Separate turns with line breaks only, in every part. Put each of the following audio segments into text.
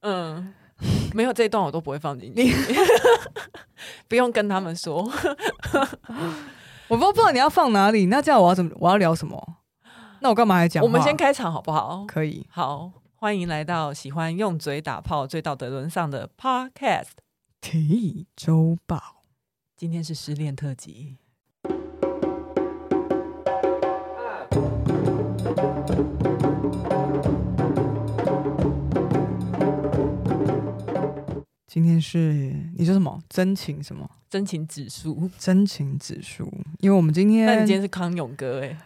嗯 没有这一段我都不会放进去， 不用跟他们说。
我不知道你要放哪里，那这样我要怎么？我要聊什么？那我干嘛还讲话？
我们先开场好不好？
可以，
好，欢迎来到喜欢用嘴打炮、醉到德轮上的 Podcast。
提议周报。
今天是失恋特辑。
今天是你说什么？真情什么？
真情指数，
真情指数？因为我们今天，
那你今天是康永哥哎、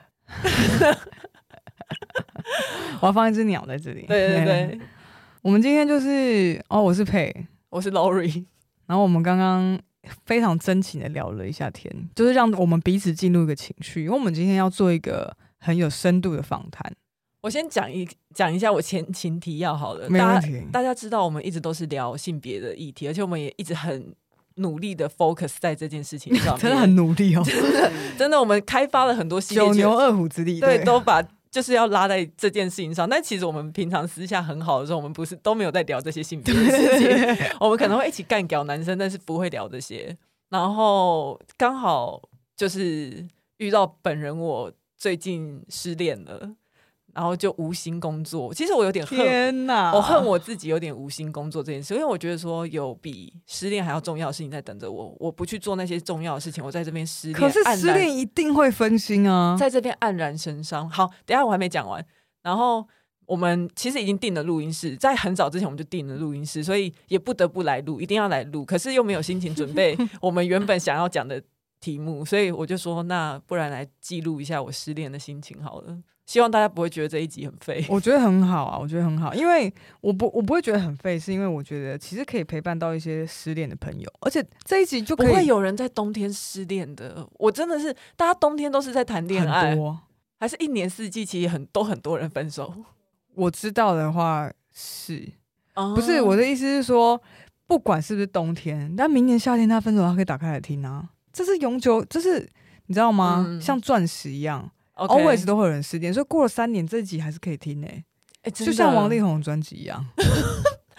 我要放一只鸟在这里。
对对对，
我们今天就是哦，我是佩，
我是 Lori，
然后我们刚刚非常真情的聊了一下天，就是让我们彼此进入一个情绪，因为我们今天要做一个很有深度的访谈，
我先讲一讲一下我前情提要好了，
没
大
问
家
题。
大家知道，我们一直都是聊性别的议题，而且我们也一直很努力的 focus 在这件事情上面。
真的很努力哦，
真的，我们开发了很多系列
九牛
就
二虎之力。
对，都把就是要拉在这件事情上。但其实我们平常私下很好的时候，我们不是都没有在聊这些性别的事情， 我们可能会一起干屌男生，但是不会聊这些。然后刚好就是遇到本人，我最近失恋了，然后就无心工作。其实我有点恨，
天哪！
我哦恨我自己有点无心工作这件事，因为我觉得说有比失恋还要重要的事情在等着我，我不去做那些重要的事情，我在这边失恋，
可是
黯
失
然
恋一定会分心啊。
在这边黯然神伤。好，等一下我还没讲完，然后。我们其实已经定了录音室，在很早之前我们就定了录音室，所以也不得不来录，一定要来录。可是又没有心情准 备我们原本想要讲的题目，所以我就说，那不然来记录一下我失恋的心情好了。希望大家不会觉得这一集很废。
我觉得很好啊，我觉得很好，因为我不我不会觉得很费，是因为我觉得其实可以陪伴到一些失恋的朋友，而且这一集就
不
可以
会有人在冬天失恋的。我真的是，大家冬天都是在谈恋
很
爱，
多。
还是一年四季，其实很都很多人分手。
我知道的话是，
不
不
哦
是我的意思是说，不管是不是冬天，但明年夏天他分手，他可以打开来听啊。这是永久，这是你知道吗？
嗯
像钻石一样
o
a l w a y s 都会有人失恋，所以过了三年，这一集还是可以听诶、
哎
就像王力
宏，
宏的专辑一 样，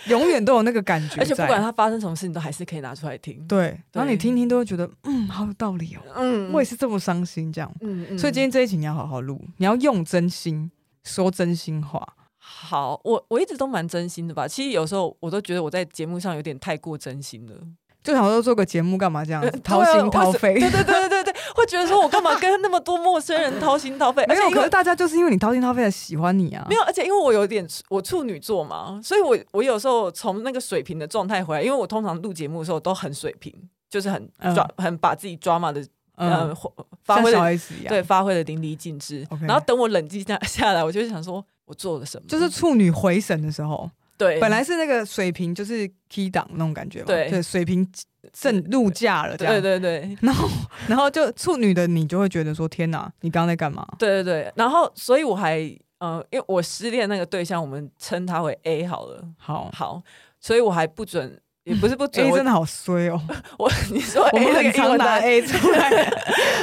永远都有那个感觉在。
而且不管他发生什么事，你都还是可以拿出来听。
对，然后你
对
听听都会觉得，嗯，好有道理哦。
嗯
我也，是这么伤心这样，
嗯嗯
所以今天这一集你要好好录，你要用真心说真心话。
好，我我一直都蛮真心的吧。其实有时候我都觉得我在节目上有点太过真心了。
就想说做个节目干嘛这样
呃，
掏
对啊
心掏
为什
肺。
对对对对对对，会觉得说我干嘛跟那么多陌生人掏心掏肺？而
没
且
有，
因为
可是大家就是因为你掏心掏肺才喜欢你啊。
没有，而且因为我有点我处女座嘛，所以我我有时候从那个水平的状态回来，因为我通常录节目的时候都很水平，就是很
嗯
抓、很把自己抓嘛的呃
嗯，
或发
像
挥
小
的
S 一样，
对，发挥的淋漓尽致。
OK
然后等我冷静下下来，我就会想说我做了什么，
就是处女回神的时候，
对
本来是那个水平就是 key 档那种感觉嘛，
对
对，水平正入价了这样。
对对对
然后，然后就处女的你就会觉得说：“天哪，你刚刚在干嘛
对对对，然后所以我还呃，因为我失恋那个对象，我们称他为 A 好了，？”
好
好，所以我还不准。也不是不准，
，A
我
真的好衰哦，
我你说 A
哎我们
那个
很
英
常
文单
拿 A 出来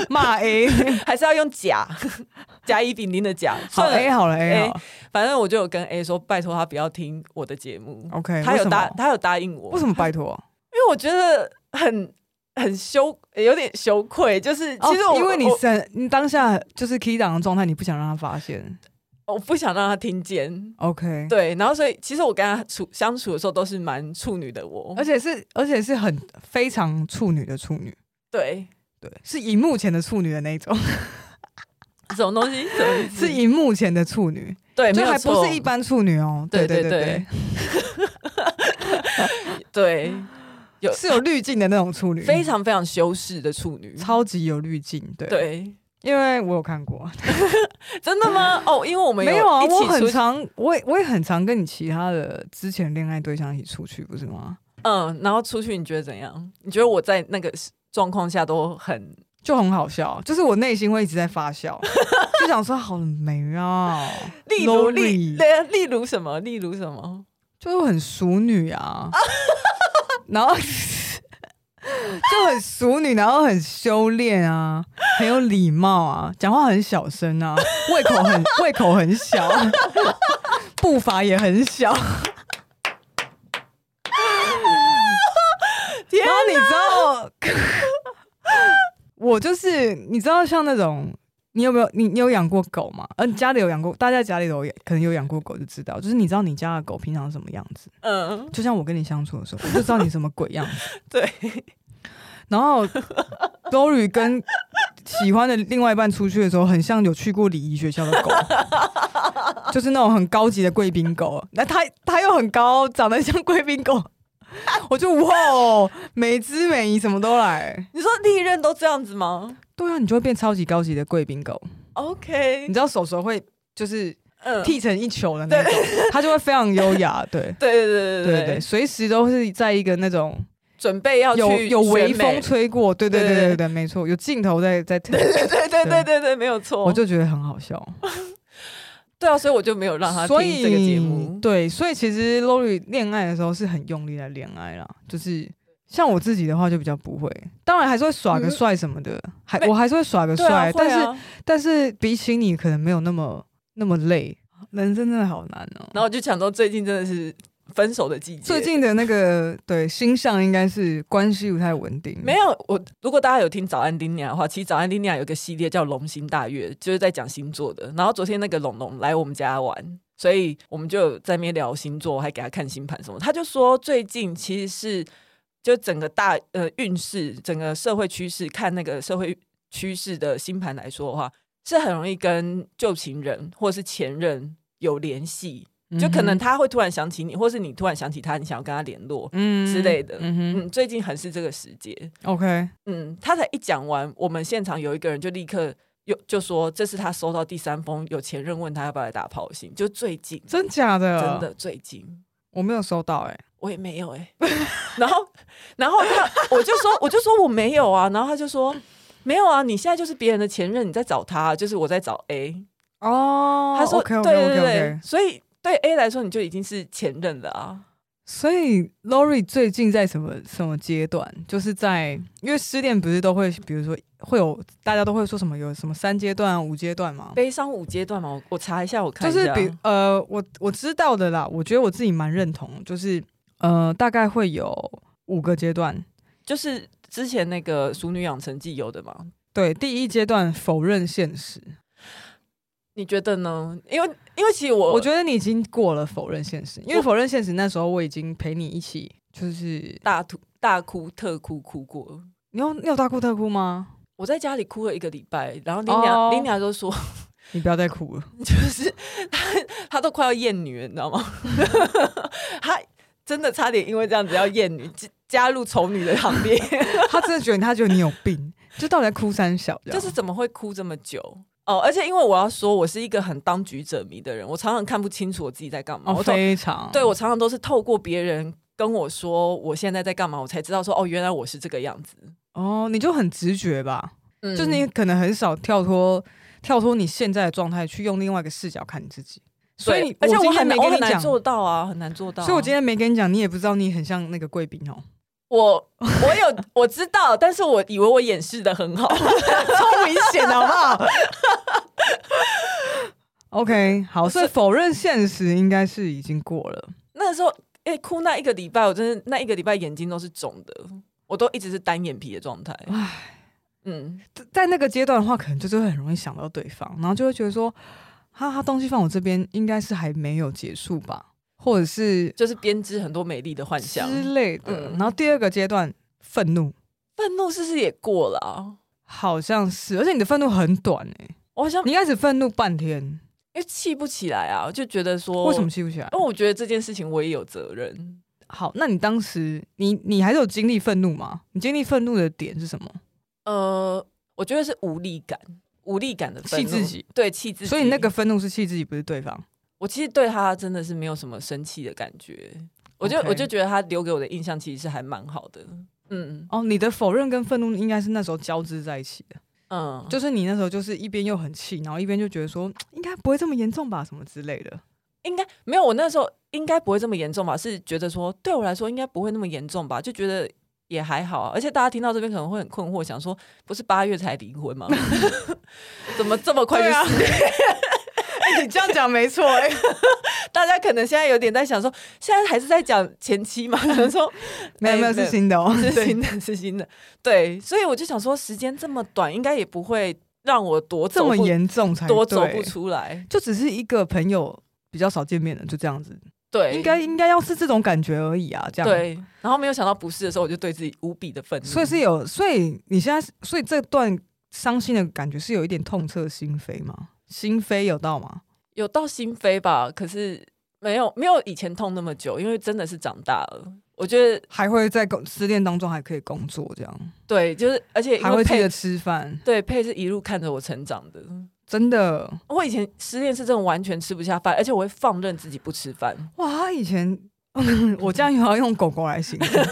骂 A。
还是要用甲，甲乙丙丁的甲。
好哎
算了
A 好了 A 好
A
了
反正我就有跟 A 说，拜托他不要听我的节目。
，OK。
他有答，
打，
他有答应我，
为什么拜 托？
因为我觉得很很羞，有点羞愧。就是其实我、
哦、因为你
我
是你当下就是 key 档的状态，你不想让他发现。
我不想让他听见。
OK，
对，然后所以其实我跟他处相处的时候都是蛮处女的我，
而且是而且是很非常处女的处女，
对
对，是荧幕前的处女的那一种，
什么东西，什么 意思
啊是荧幕前的处女，
对，没
就
有
还不
错
是一般处女哦。
对
对
对
对，
对，有
是有滤镜的那种处女，
非常非常修饰的处女，
超级有滤镜。对，
对，
因为我有看过，
真的吗？哦，因为我们
没有啊，
一
我
起出
很常，我也我也很常跟你其他的之前恋爱对象一起出去，不是吗？
嗯，然后出去你觉得怎样？你觉得我在那个时状况下都很
就很好笑，就是我内心会一直在发笑，就想说好美啊，
例如例啊
Lori
例例如什么？例如什么？
就是很熟女啊， 然后 就很熟女，然后很修炼啊，很有礼貌啊，讲话很小声啊，胃口很 胃口很小，步伐也很小。你知道， 我就是你知道像那种。你有没有你你有养过狗吗？嗯、你家里有养过，大家家里有可能有养过狗就知道，就是你知道你家的狗平常什么样子，
嗯，
就像我跟你相处的时候，我就知道你什么鬼样子。
对，
然后 Dory 跟喜欢的另外一半出去的时候，很像有去过礼仪学校的狗，就是那种很高级的贵宾狗。那它它又很高，长得像贵宾狗，我就哇哦，美姿美仪什么都来。
你说历任都这样子吗
对啊，你就会变超级高级的贵宾狗。
？OK，
你知道手手会就是
嗯，
剃成一球的那种，它就会非常优 雅。对
对对对
对对，随时都是在一个那种
准备要去
有有微
选美
风吹过，对对
对
对
对
对对，没错，有镜头在在 特
对对对对对对，没有错。
我就觉得很好笑。
对啊，所以我就没有让他
所
听这个节
以
目。
对，所以其实 Lori 恋爱的时候是很用力在恋爱啦，就是像我自己的话就比较不会，当然还是会耍个
嗯
帅什么的，还
没
我还是会耍个
对啊，
帅，但
会
是
啊
但是比起你可能没有那么那么累，人生真的好难哦、
然后我就想说，最近真的是分手的季节。
最近的那 个对星象应该是关系不太稳定，
没有我，如果大家有听早安丁尼亚的话，其实早安丁尼亚有个系列叫《龙星大月》，就是在讲星座的。然后昨天那个龙龙来我们家玩，所以我们就有在那边聊星座，我还给他看星盘什么。他就说最近其实是就整个大呃运势，整个社会趋势，看那个社会趋势的星盘来说的话，是很容易跟旧情人或是前任有联系，
嗯
就可能他会突然想起你，或是你突然想起他，你想要跟他联络。
嗯
之类的
嗯
嗯，最近很是这个时节，
哼，OK，
嗯，他才一讲完，我们现场有一个人就立刻有就说，这是他收到第三封有前任问他要不要来打炮信，就最近，
真假的，啊
真的最近。
我没有收到哎、
我也没有哎、然后，然后他我就说，我就说我没有啊，然后他就说没有啊，你现在就是别人的前任，你在找他，就是我在找 A。
哦
他说
OK OK
对
OK
对
OK，
对，所以对 A 来说，你就已经是前任了啊。
所以 Lori 最近在什么什么阶段？就是在因为失恋不是都会，比如说会有大家都会说什么有什么三阶段、五阶段嘛？
悲伤五阶段嘛，我我查一下，我看
就
一下，啊
是比呃，我我知道的啦，我觉得我自己蛮认同，就是呃，大概会有五个阶段。
就是之前那个《熟女养成记》有的嘛，
对，第一阶段否认现实，
你觉得呢？因为因为其实我
我觉得你已经过了否认现实，因为
我
否认现实那时候我已经陪你一起，就是
大哭大哭特哭哭过，
你有你有大哭特哭吗？
我在家里哭了一个礼拜，然后林娘、
哦
林娘就说，
你不要再哭了。
就是她她都快要厌女了，你知道吗？ 她真的差点因为这样子要厌女，加加入丑女的行 列，
他真的觉得他觉得你有病，就到底在哭三小这 样，
就是怎么会哭这么久？哦，而且因为我要说，我是一个很当局者迷的人，我常常看不清楚我自己在干嘛。
哦
我总
非常
对我常常都是透过别人跟我说我现在在干嘛，我才知道说哦，原来我是这个样子。
哦，你就很直觉吧，
嗯
就是你可能很少跳脱跳脱你现在的状态去用另外一个视角看你自己，所以
对而且
我今
我
天
很
没
难
跟
我
你
很难
讲，
做到啊，很难做到啊、
所以我今天没跟你讲，你也不知道你很像那个贵宾哦，
我我有我知道，但是我以为我掩饰的很 好。
超明显的好不 好？OK，好，所以否认现实应该是已经过了。
那时候，哎、哭那一个礼拜，我真的那一个礼拜眼睛都是肿的，我都一直是单眼皮的状态。嗯，
在那个阶段的话，可能就是会很容易想到对方，然后就会觉得说，哈哈，东西放我这边应该是还没有结束吧，或者是
就是编织很多美丽的幻想。
之类的。
嗯
然后第二个阶段，愤怒，
愤怒是不是也过了、啊？
好像是，而且你的愤怒很短诶、
我好像
你一开始愤怒半天，
因为气不起来啊，我哦就觉得说
为什么？气不起来
因？为我觉得这件事情我也有责任。
好，那你当时你你还是有经历愤怒吗？你经历愤怒的点是什么？
呃，我觉得是无力感，无力感的愤
气
怒
自，己。
对气自己。
所以你那个愤怒是气自己，不是对方。
我其实对他真的是没有什么生气的感觉，我就
OK
我就觉得他留给我的印象其实是还蛮好的，嗯
哦，你的否认跟愤怒应该是那时候交织在一起的。
嗯，就
就是你那时候就是一边又很气，然后一边就觉得说应该不会这么严重吧，什么之类的。
应该没有我那时候应该不会这么严重吧，是觉得说对我来说应该不会那么严重吧，就觉得。也还好啊，而且大家听到这边可能会很困惑，想 说不是八月才离婚吗？怎么这么快就
对啊
死？
哎 你这样讲没错哎、
大家可能现在有点在想说，现在还是在讲前妻嘛？可能 说
没有没有是新的哦，
是
对
新的，是新的。对，所以我就想说，时间这么短，应该也不会让我多
这
走
么
不
严重才
多走
哎对
不出来。
就只是一个朋友比较少见面的，就这样子，
对，
应该应该要是这种感觉而已啊，这样。，
对。然后没有想到不是的时候，我就对自己无比的愤怒。
所以是有，所以你现在是，所以这段伤心的感觉是有一点痛彻心扉吗？心扉有到吗？
有到心扉吧，可是没有没有以前痛那么久，因为真的是长大了。我觉得
还会在工失恋当中还可以工作，这样
对，就是而且因
还会
为
记
佩
得吃饭，
对佩是一路看着我成长的。
真的
我以前失恋是真的完全吃不下饭，而且我会放任自己不吃饭。
哇！他以前 我这样又要用狗狗来形容，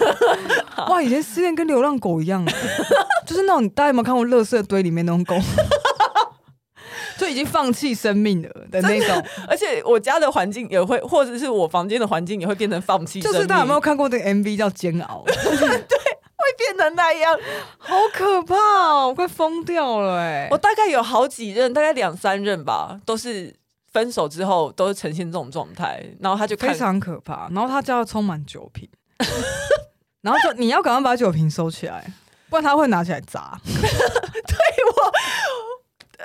哇！以前失恋跟流浪狗一样，欸 就是那种大家有没有看过垃圾堆里面那 种狗，就已经放弃生命了的那 种。
而且我家的环境也会，或者是我房间的环境也会变成放弃生
就
命，
是大家有没有看过这个 MV 叫《煎熬》？
会变成那样？
好可怕哦，我快疯掉了哎、
我大概有好几任，大概两三任吧，都是分手之后都是呈现这种状态，然后他就
非
看，
常可怕。然后他家要充满酒瓶， 然后就你要赶快把酒瓶收起来，不然他会拿起来砸。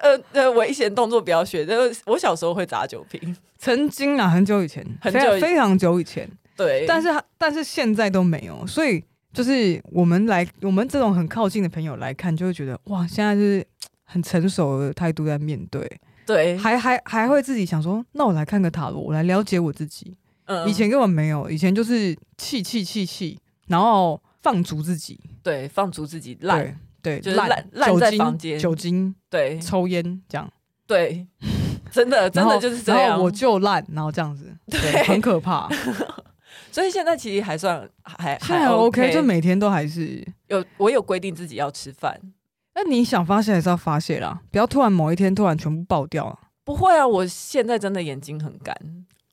呃呃，危险动作不要学，就是我小时候会砸酒 瓶，
曾经啊，很久以前，
很
非
久以
非常久以前，
对，
但是他但是现在都没有，所以就是我们来我们这种很靠近的朋友来看，就会觉得哇，现在就是很成熟的态度在面对，
对，
还还还会自己想说，那我来看个塔罗，我来了解我自己。
嗯
以前根本没有，以前就是气气气气，然后放逐自己，
对放逐自己烂，
对对，
就是
烂
烂烂
酒
在
精
房间
酒精、
对
抽烟这样，
对，真的真
然
的
后
就是这
然
样
后我。就烂，然后这样子，对，很可怕。
所以现在其实还算还
现在还
OK，
OK，就每天都还是。
有我有规定自己要吃饭，
那你想发泄还是要发泄啦，不要突然某一天突然全部爆掉啊！
不会啊，我现在真的眼睛很干。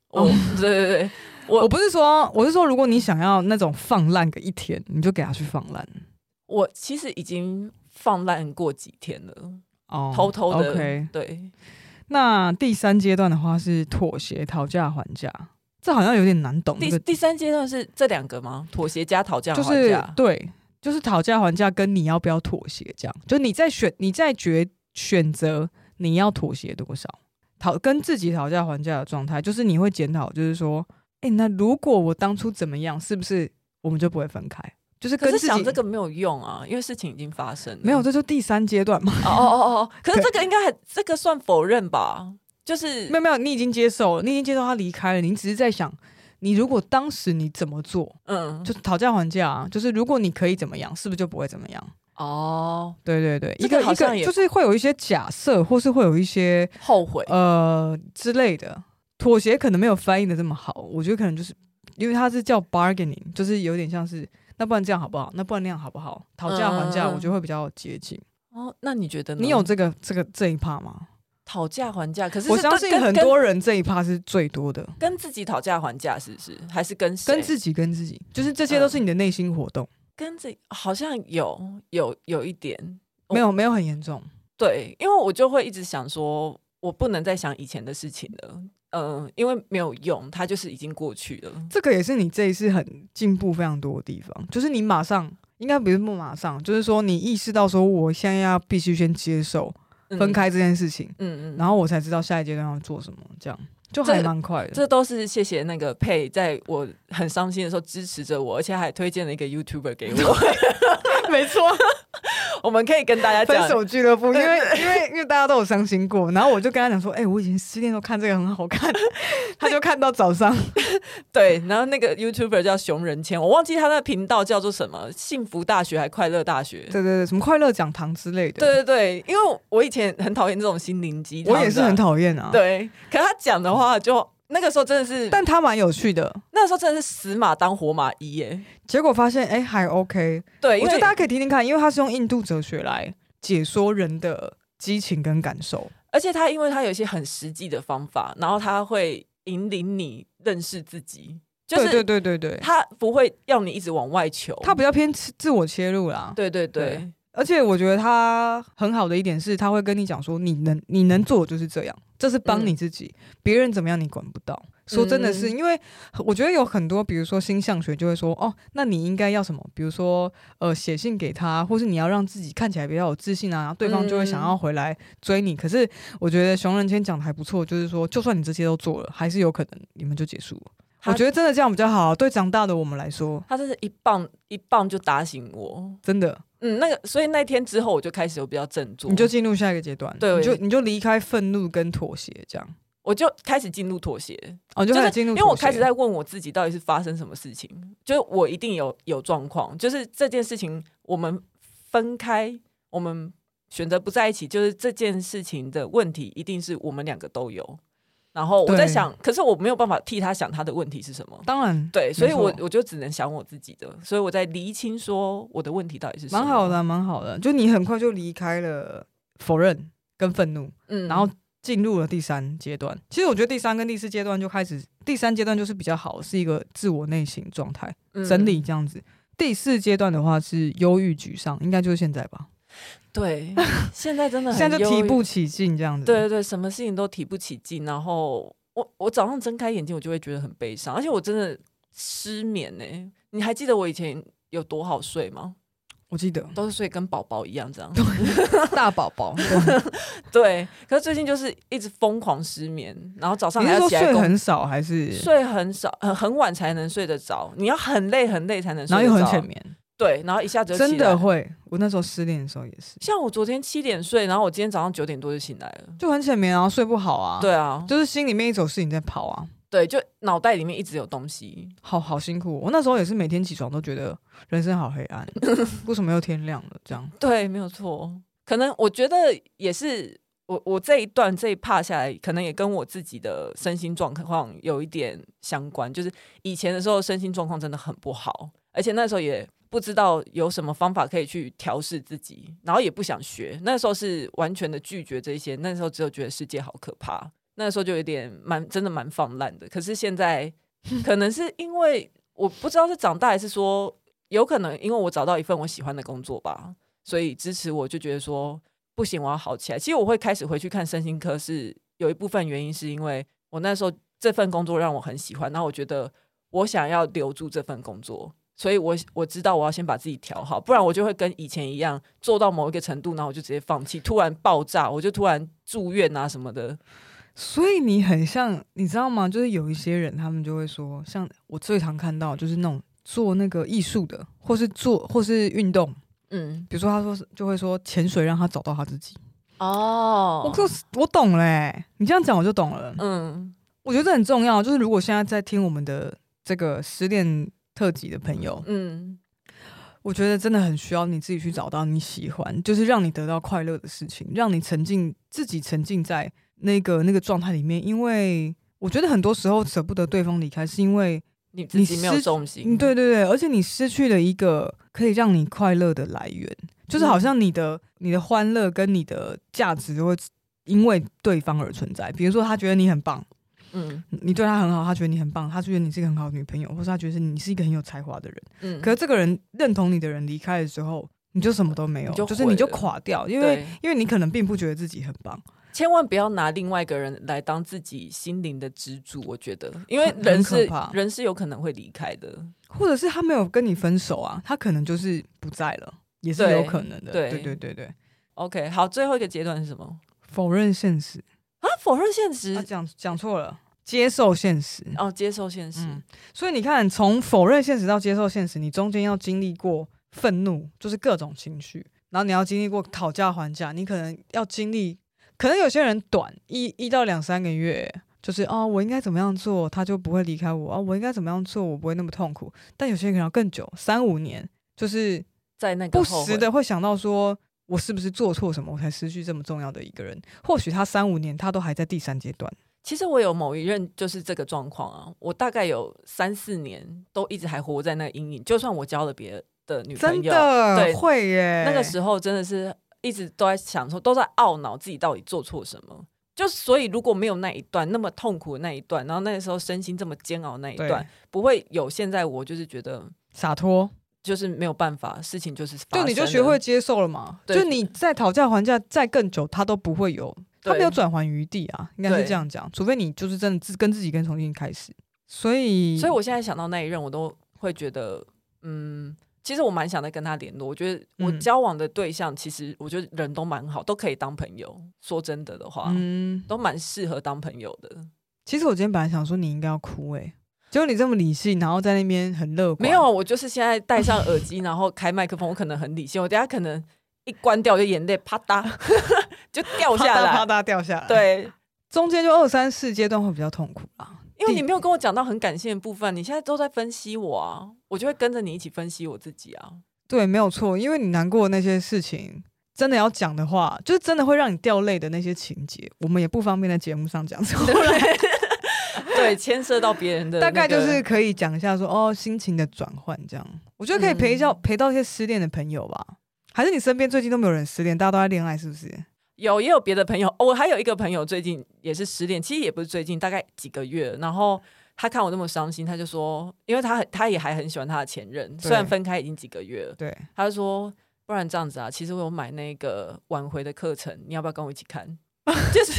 我、
哦
对对对，
我
我
不是说，我是说，如果你想要那种放烂个一天，你就给他去放烂
我其实已经放烂过几天了，
哦
偷偷的。
OK，
对，
那第三阶段的话是妥协、讨价还价，这好像有点难懂。这
第
个
第三阶段是这两个吗？妥协加讨价还
就
价。
是对，就是讨价还价跟你要不要妥协这样，就你在选，你在决选择你要妥协多少，讨跟自己讨价还价的状态，就是你会检讨，就是说，哎、那如果我当初怎么样，是不是我们就不会分开？就是
可
跟
是
自己
想这个没有用啊，因为事情已经发生了。
没有，
哦
这就第三阶段嘛，
哦哦哦，可是这个应该还这个算否认吧？就是
没有没有，你已经接受了，你已经接受他离开了，你只是在想。你如果当时你怎么做，
嗯
就是讨价还价啊，就是如果你可以怎么样，是不是就不会怎么样？
哦
对对对，一
这个
个
好
一
像
个
也
就是会有一些假设，或是会有一些
后悔
呃之类的妥协，可能没有翻译的这么好。我觉得可能就是因为它是叫 bargaining，就是有点像是那不然这样好不好？那不然那样好不好？讨价还价，
嗯嗯嗯
我觉得会比较接近。
哦。那你觉得呢？
你有这个这个这一趴吗？
讨价还价？可是
我
是
相
对
信
跟
很
跟
多人这一趴是最多的，
跟自己讨价还价，是不是？还是跟谁
跟自己跟自己，就是这些都
嗯
是你的内心活动，
跟自己好像有有有一点嗯
没有没有很严重。
对，因为我就会一直想说，我不能再想以前的事情了，嗯、因为没有用，它就是已经过去了。
这个也是你这一次很进步非常多的地方，就是你马上，应该不是不马上，就是说你意识到说我现在要必须先接受
嗯
分，开这件事情，
嗯嗯，
然
后
后我才知道下一阶段要做什么，这样就
这
还蛮快的。
这都是谢谢那个佩，在我很伤心的时候支持着我，而且还推荐了一个 YouTuber 给我，
没错，
我们可以跟大家
分
讲。
手俱 乐部，因为因为因为大家都有伤心过，然后我就跟他讲说，哎、我以前失恋都看这个很好看， 他就看到早上，
对，然后那个 YouTuber 叫熊仁谦，我忘记他那个频道叫做什么，幸福大学还快乐大学。
对对对，什么快乐讲堂之类的，
对对对，因为我以前很讨厌这种心灵鸡汤
我
的，
也是很讨厌啊，，
对，可他讲的话就那个时候真的是，
但他蛮有趣的，
那时候真的是死马当活马医耶。
结果发现哎、还 OK，
对，因
我觉
为
得大家可以听听看，因为它是用印度哲学来解说人的激情跟感受。
而且他因为他有一些很实际的方法，然后他会引领你认识自己，就
对
是
对对对对，
他不会要你一直往外求。
它比较偏自自我切入啦。
对对对，
对而且我觉得他很好的一点是，他会跟你讲说，你能你
嗯
能做的就是这样，这是帮你自己，别、人怎么样你管不到。说真的是，
嗯
因为我觉得有很多，比如说星象学就会说，哦，那你应该要什么？比如说，呃，写信给他，或是你要让自己看起来比较有自信啊，然后对方就会想
嗯
要回来追你。可是我觉得熊仁谦讲的还不错，就是说，就算你这些都做了，还是有可能你们就结束了。
他
我觉得真的这样比较好，啊对长大的我们来说，
他真是一棒一棒就打醒我。
真的，
嗯，那个，所以那天之后我就开始有比较振作，
你就进入下一个阶段，
对
你就你就离开愤怒跟妥协这样，
我就开始进入妥协，
哦，你就开
是
始进入
因
妥协，
为我开始在问我自己到底是发生什么事情，就是我一定有有状况，就是这件事情我们分开，我们选择不在一起，就是这件事情的问题一定是我们两个都有。然后我在
对
想，可是我没有办法替他想他的问题是什么。
当然
对，所以我
没错
我就只能想我自己的，所以我在厘清说我的问题到底是什么。
蛮好的啊，蛮好的，就你很快就离开了否认跟愤怒，
嗯
然后进入了第三阶段。其实我觉得第三跟第四阶段就开始，第三阶段就是比较好，是一个自我内省状态整、
嗯
理这样子。第四阶段的话是忧郁沮丧，应该就是现在吧，
对，现在真的很
现在就提
忧郁
不起劲这样子。
对对对，什么事情都提不起劲，然后我我早上睁开眼睛，我就会觉得很悲伤，而且我真的失眠呢、你还记得我以前有多好睡吗？
我记 得
都是睡跟宝宝一样这样。
大宝 宝，对
对，可是最近就是一直疯狂失眠，然后早上
你
还
是
要
说
起来
睡
工
很少还是？
睡很少，很很晚才能睡得着，你要很累很啊累才能睡
然
得
后
着。
又很浅眠，
对，然后一下子就
真
起来
的。会。我那时候失恋的时候也是，
像我昨天七点睡，然后我今天早上九点多就醒来了。
就很浅眠，然后睡不好啊。，
对啊，
就是心里面一直有事情在跑啊，
对，就脑袋里面一直有东西。
好好辛苦哦。我那时候也是每天起床都觉得人生好黑暗， 为什么又天亮了？这样
对，没有错。可能我觉得也是我我这一段这一趴下来，可能也跟我自己的身心状况有一点相关。就是以前的时候，身心状况真的很不好，而且那时候也不知道有什么方法可以去调试自己，然后也不想学。那时候是完全的拒绝这些，那时候只有觉得世界好可怕。那时候就有点蛮真的蛮放烂的，可是现在可能是因为我不知道是长大还是说，有可能因为我找到一份我喜欢的工作吧，所以支持我就觉得说不行，我要好起来。其实我会开始回去看身心科是，有一部分原因是因为我那时候这份工作让我很喜欢，然后我觉得我想要留住这份工作，所以我我知道我要先把自己调好，不然我就会跟以前一样做到某一个程度，然后我就直接放弃，突然爆炸，我就突然住院啊什么的。
所以你很像，你知道吗？就是有一些人，他们就会说，像我最常看到就是那种做那个艺术的，或是做或是运动，
嗯，
比如说他说是就会说潜水让他找到他自己。我
哦，
就是我懂嘞、欸你这样讲我就懂了。
嗯
我觉得这很重要，就是如果现在在听我们的这个失恋特辑的朋友，
嗯，
我觉得真的很需要你自己去找到你喜欢，就是让你得到快乐的事情，让你沉浸自己沉浸在那个那个状态里面。因为我觉得很多时候舍不得对方离开，是因为
你自
你
己没有
失
重
嗯，
心，
对对对，而且你失去了一个可以让你快乐的来源，就是好像你的你的欢乐跟你的价值就会因为对方而存在。比如说，他觉得你很棒，
嗯
你对他很好，他觉得你很棒，他觉得你是一个很好的女朋友，或是他觉得你是一个很有才华的人。
嗯，
可是这个人认同你的人离开的时候，你就什么都没有，
你就
就是
毁
你就
了
垮掉，因为
对。
因为你可能并不觉得自己很棒，
千万不要拿另外一个人来当自己心灵的支柱，我觉得，因为
很
人
很可
是
怕
人是有可能会离开的，
或者是他没有跟你分手啊，他可能就是不在了，也是
对
有可能的。
对
对对对对，
OK，好，最后一个阶段是什么？
否认现实，
啊，否认现实，
啊讲讲错了，接受现实。
哦，接受现实，
嗯，所以你看，从否认现实到接受现实，你中间要经历过愤怒，就是各种情绪，然后你要经历过讨价还价，你可能要经历，可能有些人短一一到两三个月，就是哦，我应该怎么样做，他就不会离开我啊、哦我应该怎么样做，我不会那么痛苦。但有些人可能要更久，三五年，就是
在那个
不
后
时
悔，
的会想到说。我是不是做错什么，我才失去这么重要的一个人？或许他三五年，他都还在第三阶段。
其实我有某一任就是这个状况啊，我大概有三四年都一直还活在那个阴影，就算我交了别的女朋
真
友，
的欸
对
会耶！
那个时候真的是一直都在想说，都在懊恼自己到底做错什么。就所以如果没有那一段那么痛苦的那一段，然后那个时候身心这么煎熬的那一
对
段，不会有现在我就是觉得
洒脱，
就是没有办法，事情就是发
就你就
生
学
了
会接受了嘛。
对
就你再讨价还价再更久，他都不会有，他
对
没有转圜余地啊，应该是
对
这样讲。除非你就是真的自跟自己跟重新开始。所以，
所以我现在想到那一任，我都会觉得，嗯，其实我蛮想再跟他联络。我觉得我
嗯
交往的对象，其实我觉得人都蛮好，都可以当朋友。说真的的话，
嗯，
都蛮适合当朋友的。
其实我今天本来想说你应该要哭诶、结果你这么理性，然后在那边很乐观，
没有，啊我就是现在戴上耳机，然后开麦克风，我可能很理性，我等下可能一关掉，我就眼泪啪嗒 就掉
啪
下
嗒
来。
啪嗒掉下来。，
对，
中间就二三四阶段会比较痛苦啦。
因为
第
你没有跟我讲到很感性的部分，你现在都在分析我啊，我就会跟着你一起分析我自己啊。
对，没有错，因为你难过的那些事情，真的要讲的话，就是真的会让你掉泪的那些情节，我们也不方便在节目上讲出来。
对， 牵涉到别人的、
大概就是可以讲一下说哦，心情的转换这样。我觉得可以陪
嗯
到、陪到一些失恋的朋友吧。还是你身边最近都没有人失恋，大家都在恋爱，是不是？
有也有别的朋友、哦，我还有一个朋友最近也是失恋，其实也不是最近，大概几个月。然后他看我那么伤心，他就说，因为他很他也还很喜欢他的前任，虽然分开已经几个月了，
对，
他就说，不然这样子啊，其实我有买那个挽回的课程，你要不要跟我一起看？ 就是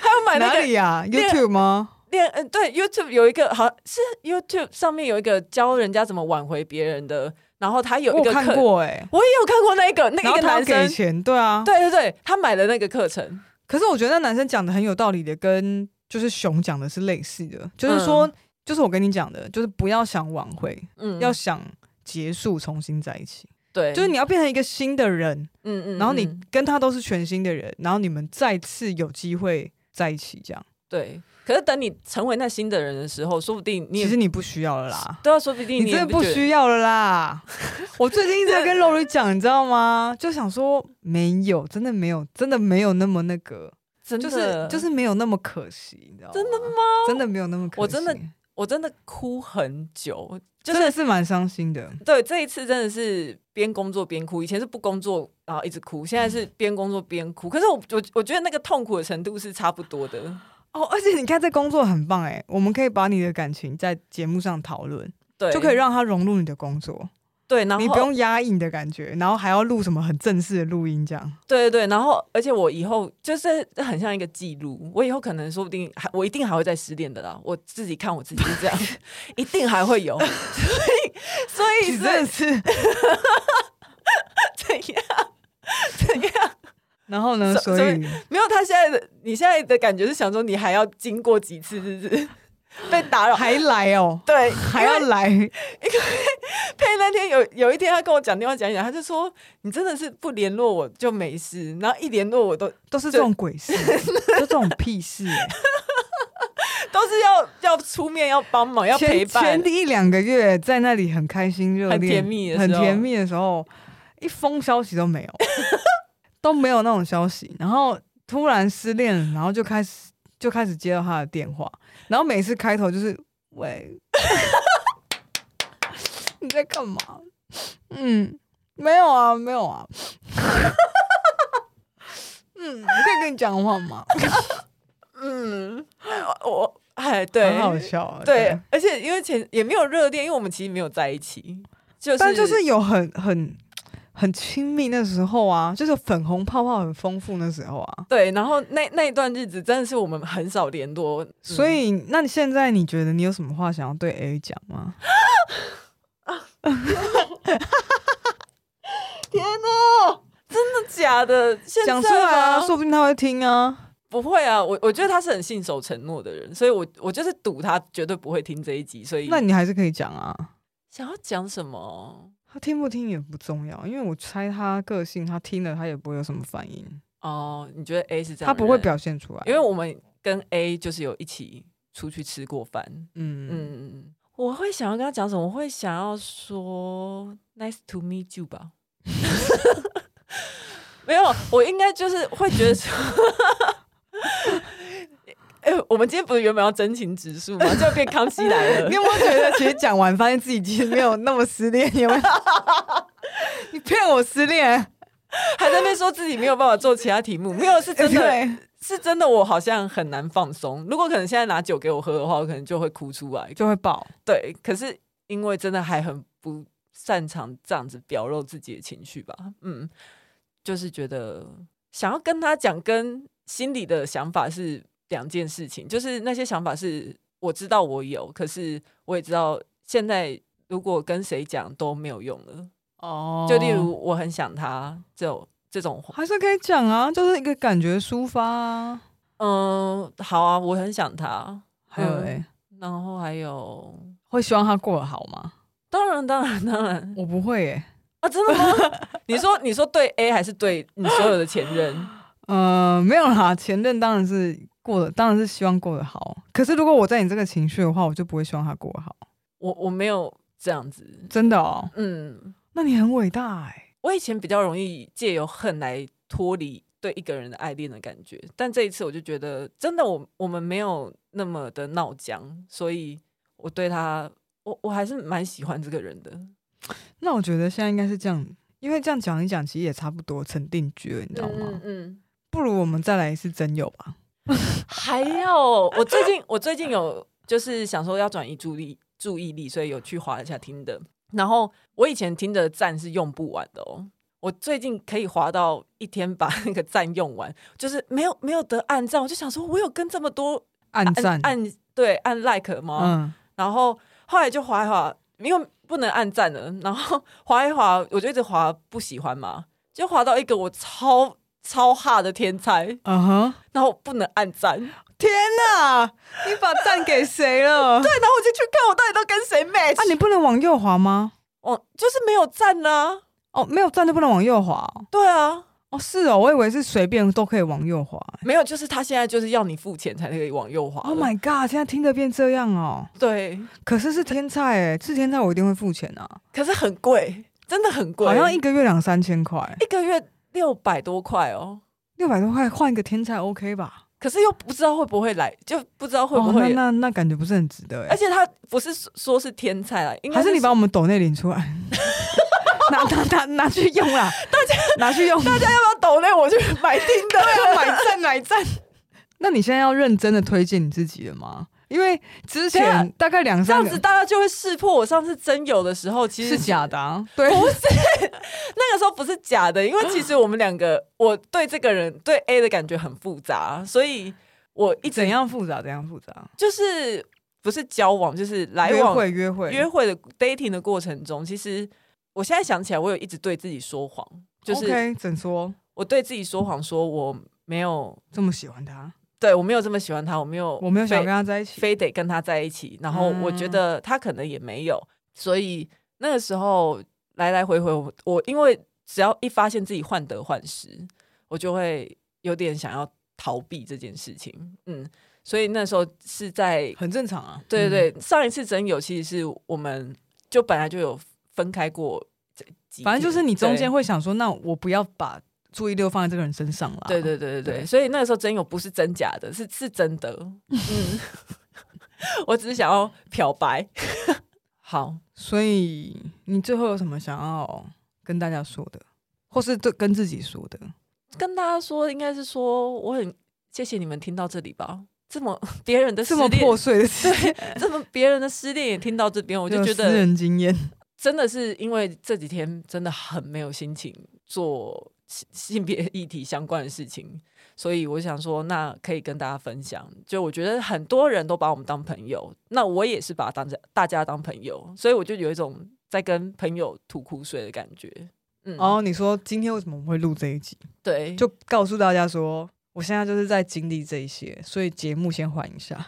他要啊买那
哪
个
里呀、
恋
y o u t u b e 吗？
恋，嗯、对，YouTube 有一个好像是 YouTube 上面有一个教人家怎么挽回别人的，然后他有
我
一
有
个
看
课，
过哎、
我也有看过那个那
然
个
后
一个
他
男
要给
生，
钱，对啊，。
对对对，他买了那个课程。
可是我觉得那男生讲的很有道理的，跟就是熊讲的是类似的，就是说，就是我跟你讲的，就是不要想挽回，
嗯，
要想结束，重新在一起，
对，
就是你要变成一个新的人，
嗯嗯，
然后你
嗯
跟他都是全新的人，然后你们再次有机会在一起，这样。
对，可是等你成为那新的人的时候，说不定你
其
也
实你不需要了 啦。
对啊，说不定
你真
也
的不
觉得
需要了啦！我最近一直在跟 Lori 讲，你知道吗？就想说没有，真的没有，真的没有那么那个，
真的
就是就是没有那么可惜，你知道吗？
真的
吗？真的没有那么可惜，
我真的我真的哭很久，就
真的
是
是蛮伤心的。
对这一次真的是边工作边哭，以前是不工作然后一直哭，现在是边工作边哭，可是我我我觉得那个痛苦的程度是差不多的，
哦，而且你看这工作很棒哎，我们可以把你的感情在节目上讨论，
对，
就可以让它融入你的工作，
对，然后
你不用压抑你的感觉，然后还要录什么很正式的录音这样。
对对对，然后而且我以后就是很像一个记录，我以后可能说不定还我一定还会再失恋的啦，我自己看我自己是这 样，一定还会有，所以所
你
以
真
所以
的是，
怎样？
然后呢？
所
所
所以
以
没有，他现在的你现在的感觉是想说你还要经过几次，是不是被打扰？
还来哦，
对，
还
因为
要来，
佩那天有有一天，他跟我讲电话讲一讲，他就说你真的是不联络我就没事，然后一联络我都
都是这种鬼 事，就这种屁事欸。
都是要要出面要帮忙要
前
陪伴
前，一两个月在那里很开心、热恋、
很甜蜜的时
很
候
甜蜜的时候，一封消息都没有， 都没有那种消息。然后突然失恋了，然后就开始就开始接到他的电话，然后每次开头就是喂， 你在干嘛？嗯，没有啊，没有啊。 嗯，我可以跟你讲话吗？
嗯，我哎对，
很好笑啊、
对，而且因为前也没有热恋，因为我们其实没有在一起，就是
但就是有很很很亲密那时候啊，就是粉红泡泡很丰富那时候啊。
对，然后那那一段日子真的是我们很少联络，嗯
所以，那你现在你觉得你有什么话想要对 A 讲吗？
真的假的？现在
讲出来啊，
吗
说不定他会听啊。
不会啊，我我觉得他是很信守承诺的人，所以我我就是赌他绝对不会听这一集，所以
那你还是可以讲啊。
想要讲什么
他听不听也不重要，因为我猜他个性，他听了他也不会有什么反应，
哦？你觉得 A 是这样？
他不会，表现出来。
因为我们跟 A 就是有一起出去吃过饭，
嗯嗯，
嗯，我会想要跟他讲什么？我会想要说 “nice to meet you” 吧。 没有，我应该就是会觉得说，哎、我们今天不是原本要真情指数吗？就变康熙来了
你。有没有觉得，其实讲完发现自己其实没有那么失恋？ 有没有？你骗我失恋？
还在那边说自己没有办法做其他题目，没有是真的，
哎对，
是真的，我好像很难放松。如果可能现在拿酒给我喝的话，我可能就会哭出来。
就会爆。
对，可是因为真的还很不擅长这样子表露自己的情绪吧。嗯，就是觉得想要跟他讲，跟心里的想法是两件事情。就是那些想法是我知道我有，可是我也知道现在如果跟谁讲都没有用了。
哦
就例如我很想他这种这种话，
还是可以讲啊，就是一个感觉抒发啊。
嗯，好啊，我很想他。
还有
嗯
哎、
然后还有，
会希望他过得好吗？
当然当然当然，
我不会欸耶、
啊，真的 吗？你说你说对 A 还是对你所有的前任？
呃，没有啦，前任当然是过得，当然是希望过得好。可是如果我在你这个情绪的话，我就不会希望他过得好，
我我没有这样子，
真的哦。
嗯，
那你很伟大哎、
我以前比较容易借由恨来脱离对一个人的爱恋的感觉，但这一次我就觉得，真的我我们没有那么的闹僵，所以我对他，我我还是蛮喜欢这个人的，
那我觉得现在应该是这样，因为这样讲一讲，其实也差不多成定局了，你知道吗？
嗯嗯。
不如我们再来一次真友吧。
还有，我最近我最近有就是想说要转移注意注意力，所以有去划一下听的。然后我以前听的赞是用不完的哦，我最近可以划到一天把那个赞用完，就是没有没有得按赞，我就想说我有跟这么多
啊暗
按
赞，
按对按 like 吗？
嗯，
然后后来就划一划，因为不能按赞了，然后划一划，我就一直划不喜欢嘛，就划到一个我超超哈的天才，
嗯哼、
然后我不能按赞。
天哪，你把赞给谁了？ 对
然后我就去看我到底都跟谁 match
啊，你不能往右滑吗？
哦，就是没有赞呢、
哦，没有赞就不能往右滑哦。
对啊，
哦是哦，我以为是随便都可以往右滑。
没有，就是他现在就是要你付钱才可以往右滑了。
Oh my god！现在听得变这样哦，
对，
可是是天菜哎，是天菜我一定会付钱啊，
可是很贵，真的很贵，
好像一个月两三千块，
一个月六百多块哦。
六百多块换一个天菜 OK 吧？
可是又不知道会不会来，就不知道会不
哦、那
会。
那那感觉不是很值得
而
哎，
且他不是说说是天才啦，应该
还是你把
说
我们抖内领出来， 拿拿拿拿去用啦，大家拿去用，大家
要不要抖内我去啊买听的？
要买赞买赞。 那你现在要认真的推荐你自己了吗？因为之
等一
前大概 两
这
三
样
个
子大家就会识破我上次真有的时候其实
是假的、啊，对，
那个时候不是假的，因为其实我们两个，我对这个人对 A 的感觉很复杂，所以我一直
怎样复杂怎样复杂，
就是不是交往，就是来
约
往
会约会
约会的 dating 的过程中，其实我现在想起来，我有一直对自己说谎，就是
OK 整说
我对自己说谎，说我没有，
这么喜欢他。
对我没有这么喜欢他，我没有，
我没有想
非
跟他在一起。
非得跟他在一起，然后我
嗯
觉得他可能也没有，所以那个时候来来回回我，我因为只要一发现自己患得患失，我就会有点想要逃避这件事情，嗯，所以那时候是在
很正常啊，
对对对、上一次真友其实是我们就本来就有分开过这几
嗯，反正就是
天
你中
对
间会想说，那我不要把注意力放在这个人身上啦。
对对对对对，
啊对
所以那个时候真有不是真假的，是是真的。嗯， 我只是想要漂白。好，
所以你最后有什么想要跟大家说的，或是对跟自己说的？
跟大家说，应该是说我很谢谢你们听到这里吧。这么别人的失
这么
恋，
破碎的事，
这么别人的失恋也听到这边，我
我
就觉
私
得
人经验，
真的是因为这几天真的很没有心情做性 性别议题相关的事情，所以我想说，那可以跟大家分享。就我觉得很多人都把我们当朋友，那我也是把当家大家当朋友，所以我就有一种在跟朋友吐苦水的感觉。嗯，
然后你说今天为什么我们会录这一集，
对，
哦就告诉大家说，我现在就是在经历这一些，所以节目先缓一下。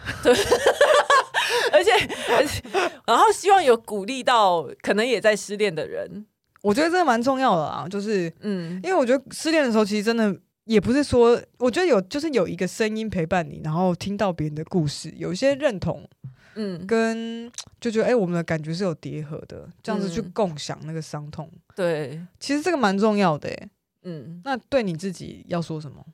而且，而且，然后希望有鼓励到可能也在失恋的人。
我觉得这个蛮重要的啊，就是
嗯
因为我觉得失恋的时候，其实真的也不是说，我觉得有就是有一个声音陪伴你，然后听到别人的故事，有一些认同
嗯，
跟就觉得哎、诶我们的感觉是有叠合的，这样子去
嗯
共享那个伤痛，
对，
其实这个蛮重要的、诶
嗯，
那对你自己要说什么？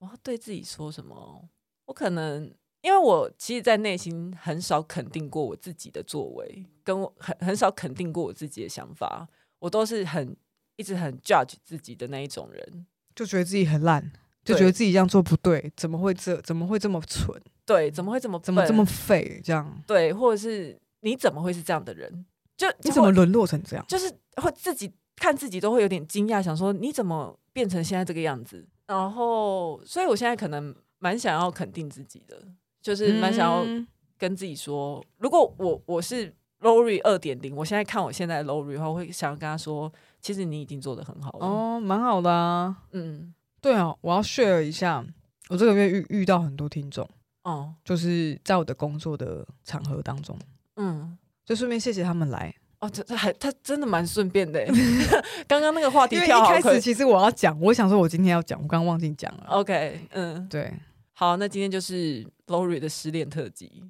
我要对自己说什么？我可能因为我其实，在内心很少肯定过我自己的作为，跟我很很少肯定过我自己的想法，我都是很一直很 judge 自己的那一种人。
就觉得自己很烂，就
对
觉得自己这样做不对，怎么会这怎么会这么蠢，
对，怎么会这么
怎么
笨
这么废？这样
对，或者是你怎么会是这样的人？就
你怎么沦落成这样？
就是会自己看自己都会有点惊讶，想说你怎么变成现在这个样子？然后，所以我现在可能蛮想要肯定自己的，就是蛮想要
嗯
跟自己说，如果我我是 Lori 二点零，我现在看我现在的 Lori 的话，我会想要跟他说，其实你已经做的很好了。
哦，蛮好的啊。
嗯，
对啊，我要 share 一下，我这个月遇遇到很多听众，
哦，
就是在我的工作的场合当中，
嗯。
就顺便谢谢他们来。
哦，这这还他真的蛮顺便 的欸，刚刚那个话题
因为一
跳好
开
快
始。其实我要讲，我想说我今天要讲，我刚刚忘记讲了。
OK，嗯，
对，
好，那今天就是 Lori 的失恋特辑，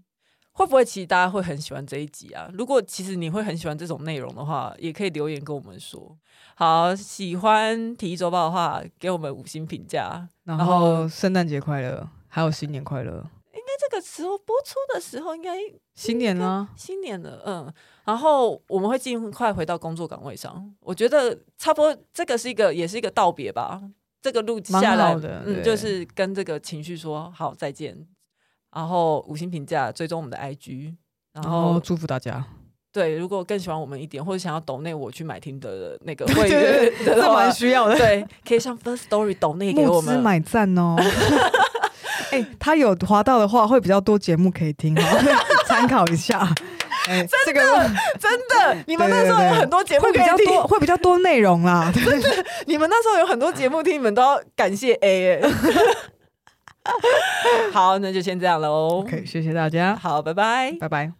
会不会其实大家会很喜欢这一集啊？如果其实你会很喜欢这种内容的话，也可以留言跟我们说。好，喜欢体育周报的话，给我们五星评价。
然
然后
后圣诞节快乐，还有新年快乐，
那这个时候播出的时候，应该
新年啊啦、
新年了，嗯，然后我们会尽快回到工作岗位上。我觉得差不多，这个是一个，也是一个道别吧。这个路下
蛮
来
好的
嗯，
对
就是跟这个情绪说好再见，然后五星评价，追踪我们的 IG，然
然
后
后祝福大家。
对，如果更喜欢我们一点，或者想要抖内我去买听的那个会
对
员
对
的
这
话
蛮，需要的。
对，可以上 First Story 抖 内给我
募资
们。
买赞 哦。哎、他有滑到的话，会比较多节目可以听哦， 参考一下。哎、这个
真 的，你们那时候有很多节目
会比
可以
较
听
多，会比较多内容 啦。
你们那时候有很多节目听，你们都要感谢 A、欸。 好，那就先这样喽。
OK，谢谢大家，
好，拜拜。
拜拜。